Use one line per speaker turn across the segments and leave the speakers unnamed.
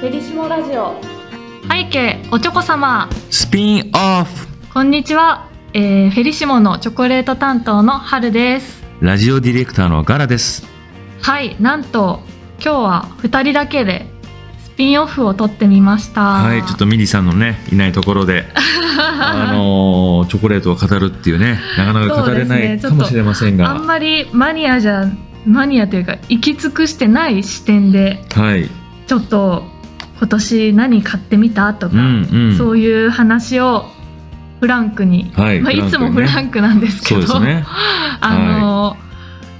ペリシモラジオ背景おちょこ様
スピンオフ
こんにちは、えー、フェリシモのチョコレート担当の春です
ラジオディレクターのガラです
はいなんと今日は2人だけでスピンオフを撮ってみました
はいちょっとミリさんのねいないとこ ろであのーチョコレートを語るっていうねなかなか語れ
そ
な
うで
い
すね
かもしれません
あ
が、
んまりマニアじゃマニアというか行き尽くしてない視点で
はい
ちょっと今年何買ってみたとか、
うんうん
そういう話をフランクに、
はい
まあ、
フランクにね
いつもフランクなんですけ
そ
ど
うですね
あの、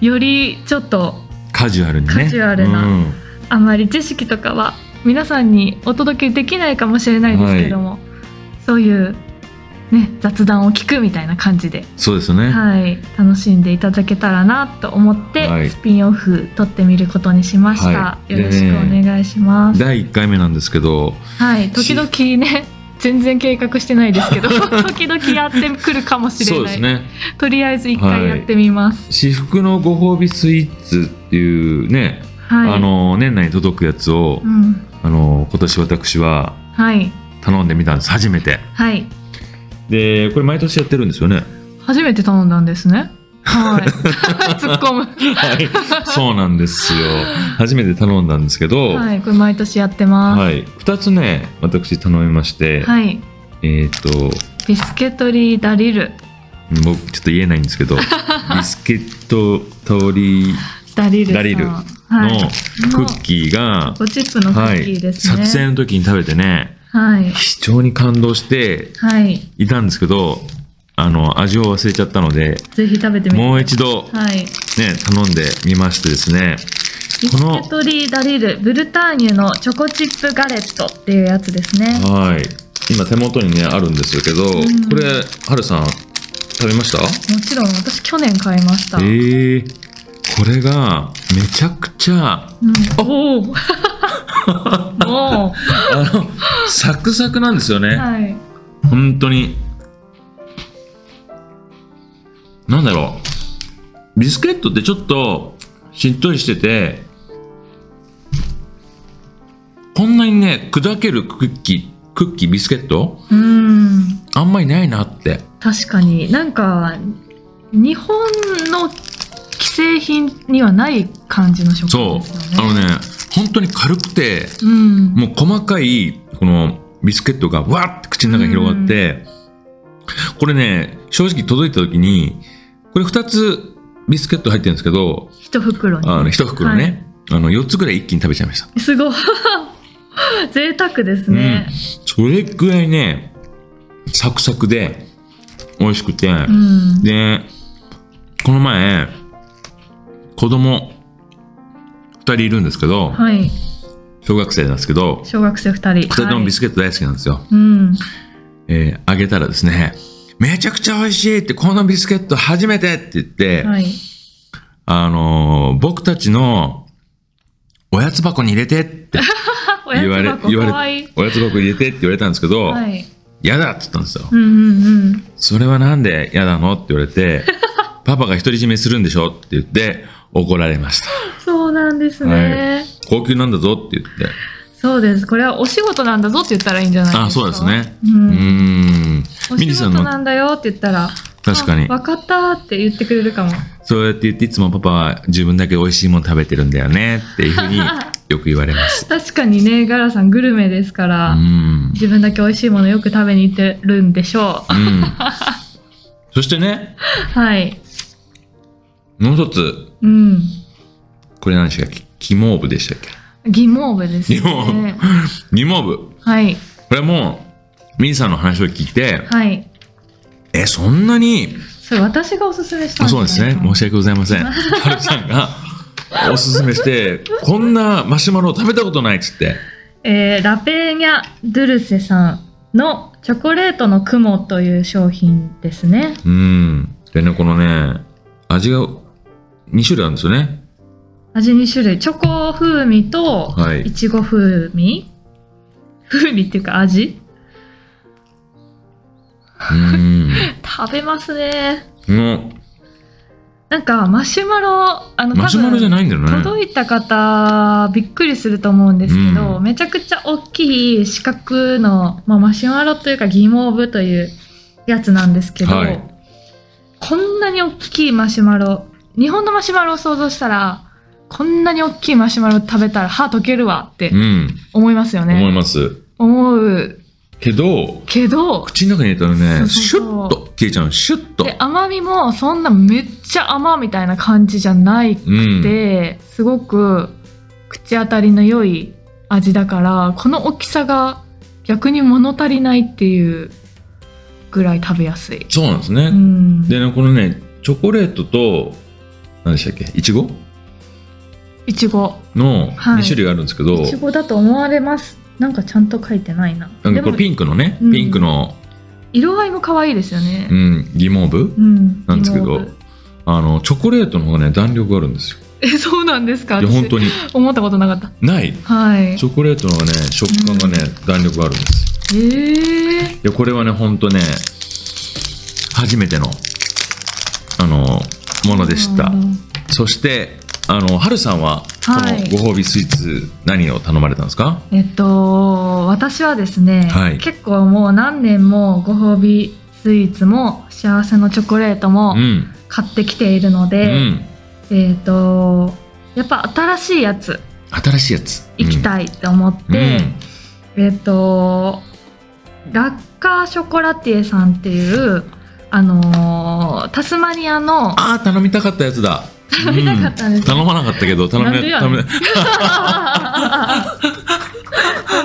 よりちょっと
カジュアルにね
カジュアルな
うん
あまり知識とかは皆さんにお届けできないかもしれないですけども、そういう、ね、雑談を聞くみたいな感じで、
そうですね
はい、楽しんでいただけたらなと思って、
はい
スピンオフ撮ってみることにしました、
はい
よろしくお願いします、
第1回目なんですけど
はい時々ね全然計画してないですけ ど時々やってくるかもしれ
そうで
ない、
すね
とりあえず一回やってみます、
私服のご褒美スイーツっていうね、
はい
あのー年内に届くやつを、
うん、
あのー今年私は
はい
頼んでみたんです初めて
はい
でこれ毎年やってるんですよね
初めて頼んだんですねはい 突っ込む
はい、 そうなんですよ。初めて頼んだんですけど、は
はい、これ毎年やってま
い、二、つね、私頼みまして、
す。はい、
えっ、と、
ビスケットリーダリル、
僕ちょっと言えないんです けど、ビスケットトリー
ダリルさん。
ダリル
は
の
い、
クッキーが、
ごチップのク
は
ッキー
い、
です
撮
ね。
影の時に食べてね、
はい、
非常に感動して
はい、
いたんですけど、あの味を忘れちゃったので、
ぜひ食べてみて。
もう一度ね、
はい、ビ
頼んでみましてですね、
スケットリーダリル、ブルターニュのチョコチップガレットっていうやつですね。
はい。今手元にねあるんですけ
ん
ど、これはるさん食べました？
もちろん、私去年買いました。
ええこれがめちゃくちゃ
うん、おお。 も
あのサクサクなんですよ
う、
ね。
はい、
本当に。なんだろう。ビスケットってちょっとしっとりしてて、こんなにね砕けるクッキークッキービスケット
うん。
あんまりないなって。
確かになんか日本の既製品にはない感じの食
そ
感
う
です。よ
あの
ね。
ね、本当に軽くて、
うん、
もう細かい、このビスケットがわーって口の中に広がって、これね、正直届いた時に、これ2つビスケット入ってるんですけど、
一袋
あの
に
1袋ね、あの4つぐらい一気に食べちゃいました。
すごい 贅沢ですね、
それぐらいね、サクサクで、美味しくて、
うん
で、この前、子供2人いるんですけど、
はい
小学生なんですけど、
小学生二人
二人ともビ
ケ
スケット大好きなんですよ。
ット、うん、
えーあげたらですね、めちゃくちゃ美味しいって、このビスケット初めてって言って、
はい
あのー僕たちのおやつ箱に入れ てって
あおや
言わ
つ
れ、
箱
言
か
わ
わい
れ
い、
おやつ箱入れてって言われたんですけど、
はい、
嫌だって言ったんですよ。
うんうんうん
それはなんで嫌なのって言わ れて、パパが独り占めするんでしょって言って、怒られました。
そうなんですね、
高級なんだぞって言って。
そうですこれはお仕事なんだぞって言ったらいいんじゃないですか
あ、そうですね。
う、
うんん。
お
ミ
仕
リさ
事
んの
なんだよって言ったら
確かに。
分かったって言ってくれるかも
そうやって言っていつもパパは自分だけ美味しいもの食べてるんだよねっていうふ うによく言われます。
確かにねガラさんグルメですか
う
ら、
ん。
自分だけ美味しいものよく食べに行ってるんでしょ
うん。そしてね、
うはい
もう一つ、
うん
これ何でしたっけキモーブでしたっけ
疑問部です
疑問
ね
ニモーブ。
はい
これも、ミリさんの話を聞いて、
はい
え、そんなに、
それ私がおすすめしたん
あそうですね。申し訳ございません。はるさんがおすすめして、こんなマシュマロを食べたことないっつって。
えーラペーニャ・ドゥルセさんのチョコレートの雲という商品ですね
うん。でね、このね、味が2種類あるんですよね。
味2種類チョコ風味と
はい
いちご風味、風味っていうか味
うん。
食べますね
の
なんかマシュマロあの
マシュマロじゃないんだよね
届いた方びっくりすると思うんですけど、
うん
めちゃくちゃ大きい四角の、まあ、マシュマロというかギモーブというやつなんですけど、
はい
こんなに大きいマシュマロ日本のマシュマロを想像したらこんなに大きいマシュマロ食べたら歯溶けるわって
うん、
思いますよ
思い
ね、
ます
思う
けど
けど
口の中に入れたら
そうそうそう
ねシュッと消えちゃうシュッと
で甘みもそんなめっちゃ甘みたいな感じじゃない
うん
ですごく口当たりの良い味だからこの大きさが逆に物足りないっていうぐらい食べやすい。
そうなんですね、
うん、
でねこのねチョコレートと何でしたっけいちご
いちご
の
はい
2種類があるんですけど、
いちごだと思われますなんかちゃんと書いてないな
なん
で
かこ
も
れピンクのね、
うん
ピンクの、
色合いも可愛いですよね
う、ん、ギモーブ
うん
なんですけ
芋
ど
部
あのチョコレートの方がね弾力があるんですよ
えそうなんですか
いや
私
本当に
思ったことなかった
ない
はい
チョコレートの方がね食感がね、弾力があるんです
えー、
いやこれはねほんとね初めてのあのものでした
なるほど
そしてあの春さんはこ
はい
のご褒美スイーツ何を頼まれたんですか、
えっと、私はですね、
はい
結構もう何年もご褒美スイーツも幸せのチョコレートも
うん、
買ってきているの
う
で、
ん、
えっと、やっぱ新しいやつ
新しいやつ
行き
い、
たいと思っ
うん
て、えっと、ラッカーショコラティエさんっていう、あのータスマニア の、
ああ頼みたかったやつだ
食べたかったんですよ
頼まなかったけど頼
なん
め
で
な
や
頼
ねん。
め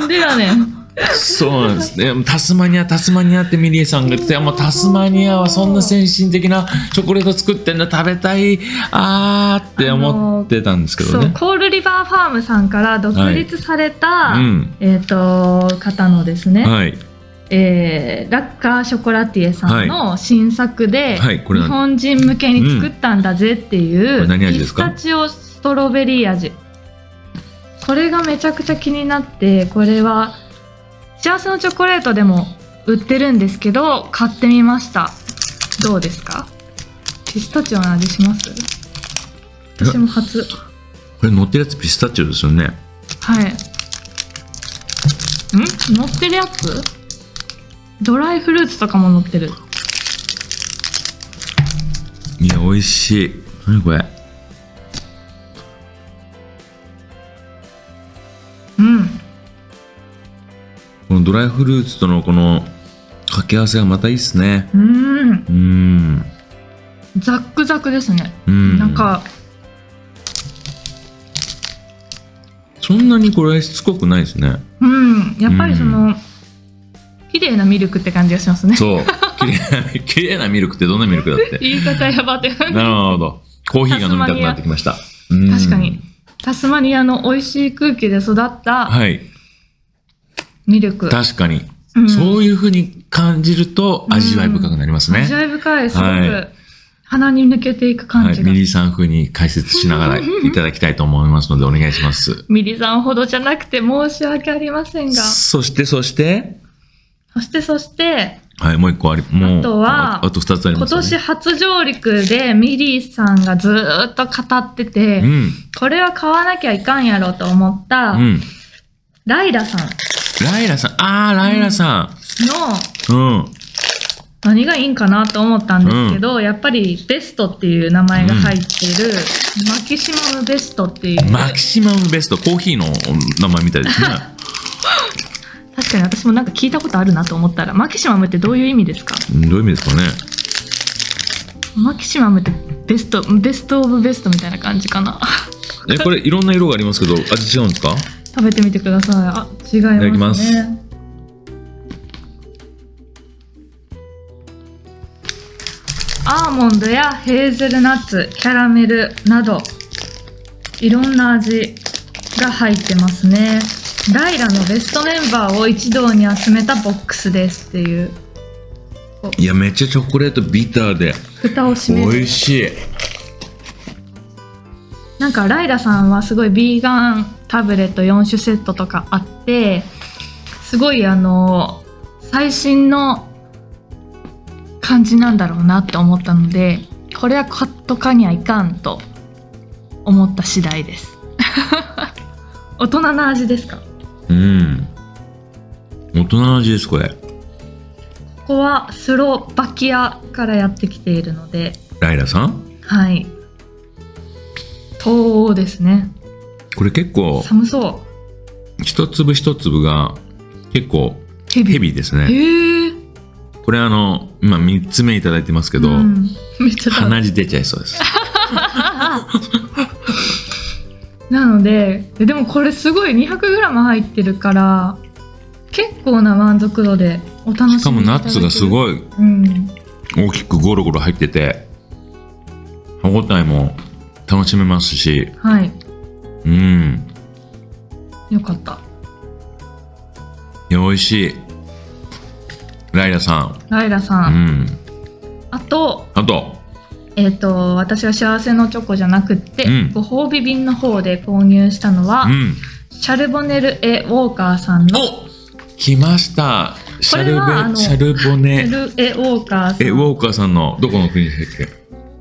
なんでやねん。
そうなんですね。タスマニア、タスマニアってミリエさんが言ってて、もうタスマニアはそんな先進的なチョコレート作ってんだ、食べたい、あーって思ってたんですけど
そう
ね。
コールリバーファームさんから独立された、
うん。
えっ、と方のですね、
はい。
えーラッカーショコラティエさんの新作で、
はい、こ
日
れ何
本人向けに作ったんだぜっていう、
うんこれ何味
ピ
です
ス
か
タチオストロベリー味これがめちゃくちゃ気になってこれは幸せのチョコレートでも売ってるんですけど買ってみましたどうですかピスタチオの味します私も初
これ乗ってるやつピスタチオですよね。
はい。ん乗ってるやつドライフルーツとかも乗ってる。
いや、美味しい。何これ。
うん。
このドライフルーツとのこの掛け合わせがまたいいっすね。
うーん。
うーん。
ザックザクですね。
うん。
なん、か、
そんなにこれしつこくないですね。
うん。やっぱりそうの、綺麗なミルクって感じがしますね。
そう。綺麗な、綺麗なミルクってどんなミルクだって。
言い方やばって。
なるほど。コーヒーが飲みたくなってきました。うん
確かに。。タスマニアの美味しい空気で育った
はい。
ミルク。
確かに。
うん
そういうふうに感じると味わい深くなりますね
味。わい深い、すご
は
く
い
鼻に抜けていく感
は
じ
い。
が
ミ。リーさん風に解説しながらいただきたいと思いますので、お願いします。
ミリさんほどじゃなくて申し訳ありませんが。
そして、そして、
そしてそして、
はい、もう一個あり、もう、
あとは
ああと二つあり
今
ますよ
年
ね。
初上陸でミリーさんがずーっと語ってて、これは買わなきゃいかんやろと思った、
うん。うん。
ライラさんの
ライラさん、あー、ライラさん。うん。
何がいいんかなと思ったんですけど、やっぱりベストっていう名前が入ってる、マキシマムベストっていう。
マキシマムベスト、コーヒーの名前みたいですね。
確かに私もなんか聞いたことあるなと思ったら、マキシマムってどういう意味ですか
うんどういう意味ですかね。
マキシマムってベスト、ベストオブベストみたいな感じかな。
え、これいろんな色がありますけど、味違うんですか
食べてみてください。あ、違い
ただき
ま
ますす
ね。アーモンドやヘーゼルナッツ、キャラメルなど、いろんな味が入ってますね。ライラのベストメンバーを一堂に集めたボックスですっていう、
いや、めっちゃチョコレートビターで。
蓋を閉める
美味しい。
なんかライラさんはすごいビーガンタブレット4種セットとかあってすごいあの最新の感じなんだろうなって思ったのでこれは買っとかにはいかんと思った次第です 大人な味ですか
うん。大人の味です、これ。
ここはスロバキアからやってきているので
ライラさん
はい東欧ですね
これ結構、
寒そ
一粒一粒が結構
うヘビ
ヘビーですね。
へえ
これあの、今3つ目いただいてますけ
け
ど、
めっちゃ食べ
鼻血出ちゃいそうです。
なのでえでもこれすごい 200g 入ってるから結構な満足度でお楽しみ
しかもナッツがす
い
ごい
ただける、うん、
大きくゴロゴロ入ってて、歯応えも楽しめますし、
はい
うん。
よかった
いや、美味しい。ライラさ
ライラ
ん。
さ、
うんん。
あと,、
あと、
えー、と私は幸せのチョコじゃなくって、
うん
ご褒美瓶の方で購入したのは、
うん。
シャルボネル・エ・ウォーカーさんの
お来ました。シャ
れはあ
ル
の
ベ、シャルボ
シャ
ネ。
ル・エ・ウォーカーさん
え、ウォーカーさんのどこの国でしたっけ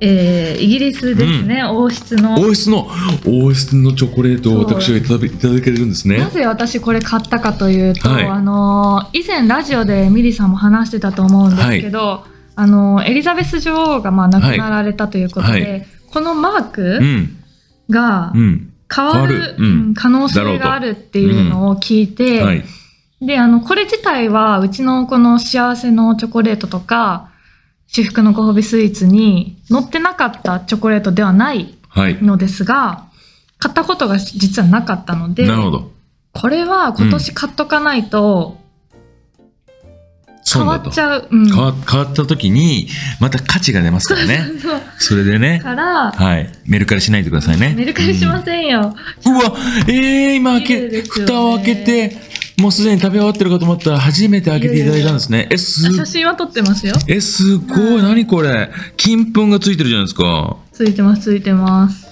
えーイギリスですね、王室の
王室の、王室のチョコレートを
そう
私はいただいただけるんですね
な。ぜ私これ買ったかというと、
はい
あの以前ラジオでミリさんも話してたと思うんですけど、あのエリザベス女王がまあ亡くなられたということで、
は
このマーク
うん。
が
うん。
変わる
変わるうん
可能性があるっていうのを聞いて、
はい。
であのこれ自体はうちのこの幸せのチョコレートとか至福のご褒美スイーツに載ってなかったチョコレートではない
はい。
のですが買ったことが実はなかったので
なるほど。
これは今年買っとかないと変
そう
わ
だ
っ
と
ち。ゃう。うん
変わ変わった時に、また価値が出ますからね。
そう
それでね。
から、
はい。メルカリしないでくださいね。
メルカリしませんよ。
うん。うわえー、今開
綺麗
け、
ですよね
蓋を開けて、もうすでに食べ終わってるかと思ったら、初めて開けていただいたんですね。え、す
写真は撮ってますよ。
え、すごい。何これ。金粉がついてるじゃないですか。
ついてます、ついてます。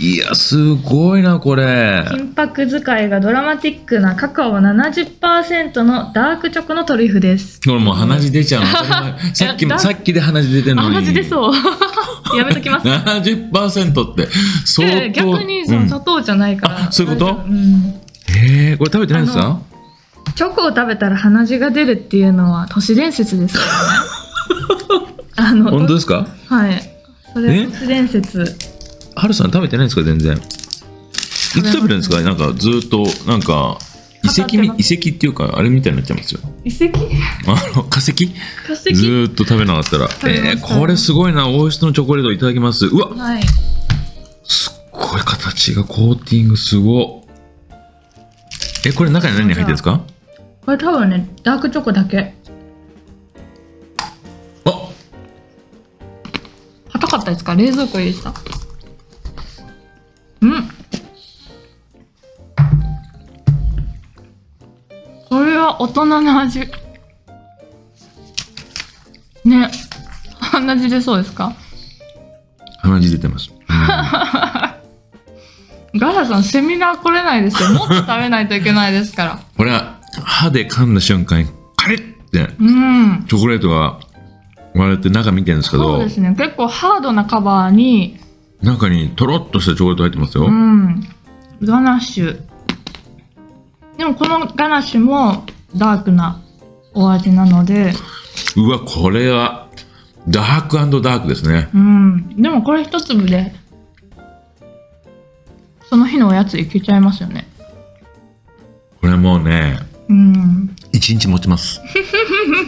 いや、すごいな、これ。
金箔使いがドラマティックなカカオ70%のダークチョコのトリュフです。
これもう鼻血出ちゃ うの当たり前。さっき
いや
も、
だ
さっきで鼻血出てる
あ、
のに。
マジでそう。 やめときます。
70%って、
で
相当。
逆にその
ん
砂糖じゃないから、
あそういうこと
大丈夫うん
えー、これ食べてないんです
あ
か
チョコを食べたら鼻血が出るっていうのは都市伝説ですからね あの
本当ですか
はいそれ
え
は都市伝説
はるさん食べてないんですか全然いつ食べるんですかなんかずっとなんか遺跡み
語って
遺跡っていうかあれみたいになっちゃいますよ
遺跡
あの 化石
化石
ずーっと食べなかったら
食べま
え
した
ー、これすごいな王室のチョコレートいただきますうわ
はい
すっごい形がコーティングすごえこれ中に何が入ってるんですか
これ多分ねダークチョコだけ
あ
硬かったですか冷蔵庫入れてたうんこれは大人の味ね鼻血出そうですか
鼻血出 てます、
ガラさんセミナー来れないですよもっと食べないといけないですから
これは歯で噛んだ瞬間にカリッって
うん
チョコレートが割れて中見てるんですけ
そう
ど
ですね結構ハードなカバーに
中にとろっとしたチョコレート入ってますよ、
うんガナッシュでもこのガナッシュもダークなお味なので
うわ、これは、ダークダークですね。
うんでもこれ一粒でその日のおやついけちゃいますよね
これもうね、
うん
一日持ちます。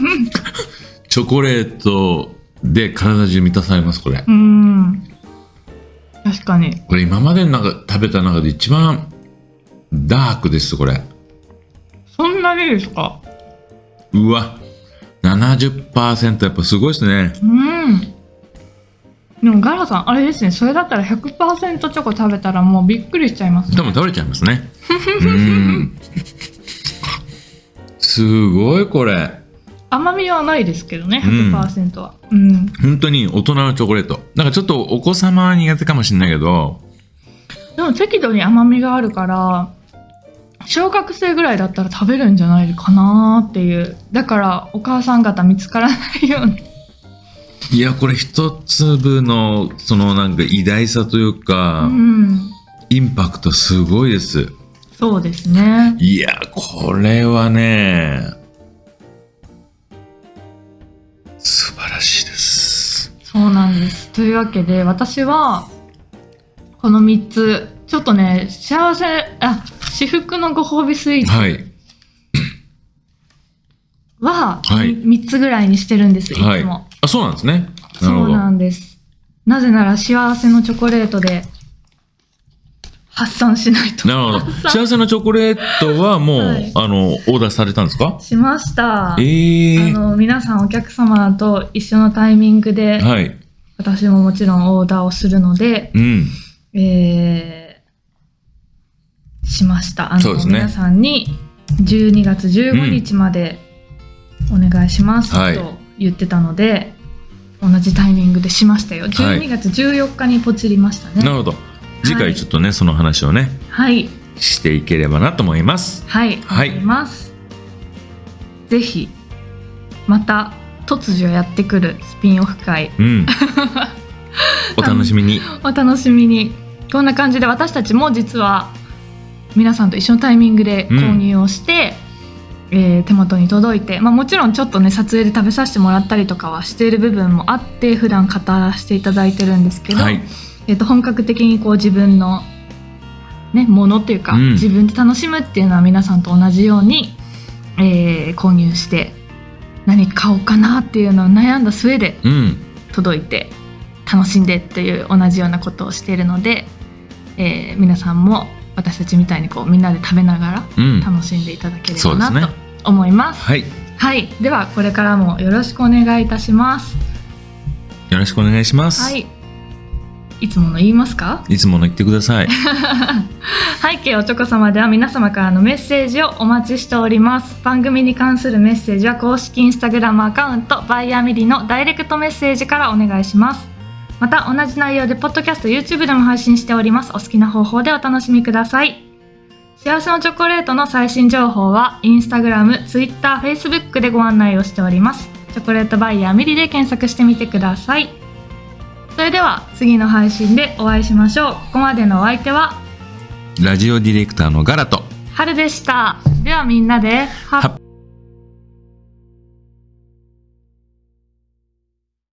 チョコレートで体中満たされます、これ。
うん確かに
これ今までの中食べた中で一番ダークです、これ。
そんなにですか
うわ、70%やっぱすごいですね。
うんでもガラさんあれですねそれだったら100%チョコ食べたらもうびっくりしちゃいますね
多分食べれちゃいますね。うん。すごい、これ。
甘みはないですけどね
うん
100%はうん
本当に大人のチョコレート。なんかちょっとお子様は苦手かもしれないけど、
でも適度に甘みがあるから小学生ぐらいだったら食べるんじゃないかなっていうだからお母さん方見つからないように
いや、これ一粒の、そのなんか偉大さという
う
か、
ん、
インパクトすごいです。
そうですね。
いや、これはね、素晴らしいです。
そうなんです。というわけで、私は、この3つ、ちょっとね、幸せ、あ、至福のご褒美スイーツ
はい。
は、
はい
3つぐらいにしてるんです、いつも。
はいあ、そうなんですね。なる
そ
ほ
う
ど。
なんです。なぜなら幸せのチョコレートで発散しないと
なるほど。幸せのチョコレートはもう、
はい
あの、オーダーされたんですか
しました。
え
あ
え
の皆さんお客様と一緒のタイミングで、
はい。
私ももちろんオーダーをするので、
うん。
えーしました。あ
そう
の、
ですね
皆さんに12月15日までお願いします
はい
と言ってたので、同じタイミングでしましたよ。12月14日にポチりましたね。
なるほど。次回ちょっとね、その話をね、
はい。
していければなと思います。
はい、
はい
思います。ぜひ、また突如やってくるスピンオフ会、
うん。お楽しみに。
お楽しみに。こんな感じで私たちも実は皆さんと一緒のタイミングで購入をして、えー手元に届いて、まあ、もちろんちょっとね撮影で食べさせてもらったりとかはしている部分もあって普段語らせていただいてるんですけど、
はい。
えー、と本格的にこう自分の、ね、ものっていうか、
うん
自分で楽しむっていうのは皆さんと同じように、えー購入して何買おうかなっていうのを悩んだ末で
うん。
届いて楽しんでっていう同じようなことをしているので、えー皆さんも私たちみたいにこうみんなで食べなが
うん
ら。楽しんでいただけれ
そ
ば
うですね
なと思います。
はい。
はい、ではこれからもよろしくお願いいたします。
よろしくお願いします。
はい、いつもの言いますか？
いつもの言ってく ださい。
背景おちょこ様では皆様からのメッセージをお待ちしております番組に関するメッセージは公式インスタグラムアカウントバイヤーミリのダイレクトメッセージからお願いしますまた同じ内容でポッドキャスト YouTube でも配信しておりますお好きな方法でお楽しみください幸せのチョコレートの最新情報はインスタグラム、ツイッター、フェイスブックでご案内をしておりますチョコレートバイヤーミリで検索してみてくださいそれでは次の配信でお会いしましょうここまでのお相手は
ラジオディレクターのガラと。
春でした。ではみんなで、ハ
ハッ